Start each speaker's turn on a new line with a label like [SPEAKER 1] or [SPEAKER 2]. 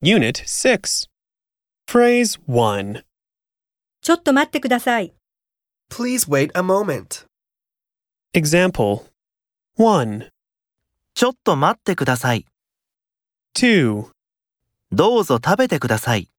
[SPEAKER 1] Unit 6. Phrase 1.
[SPEAKER 2] ちょっと待ってください。
[SPEAKER 3] Please wait a moment.
[SPEAKER 1] Example 1,
[SPEAKER 4] ちょっと待ってください。
[SPEAKER 1] 2,
[SPEAKER 4] どうぞ食べてください。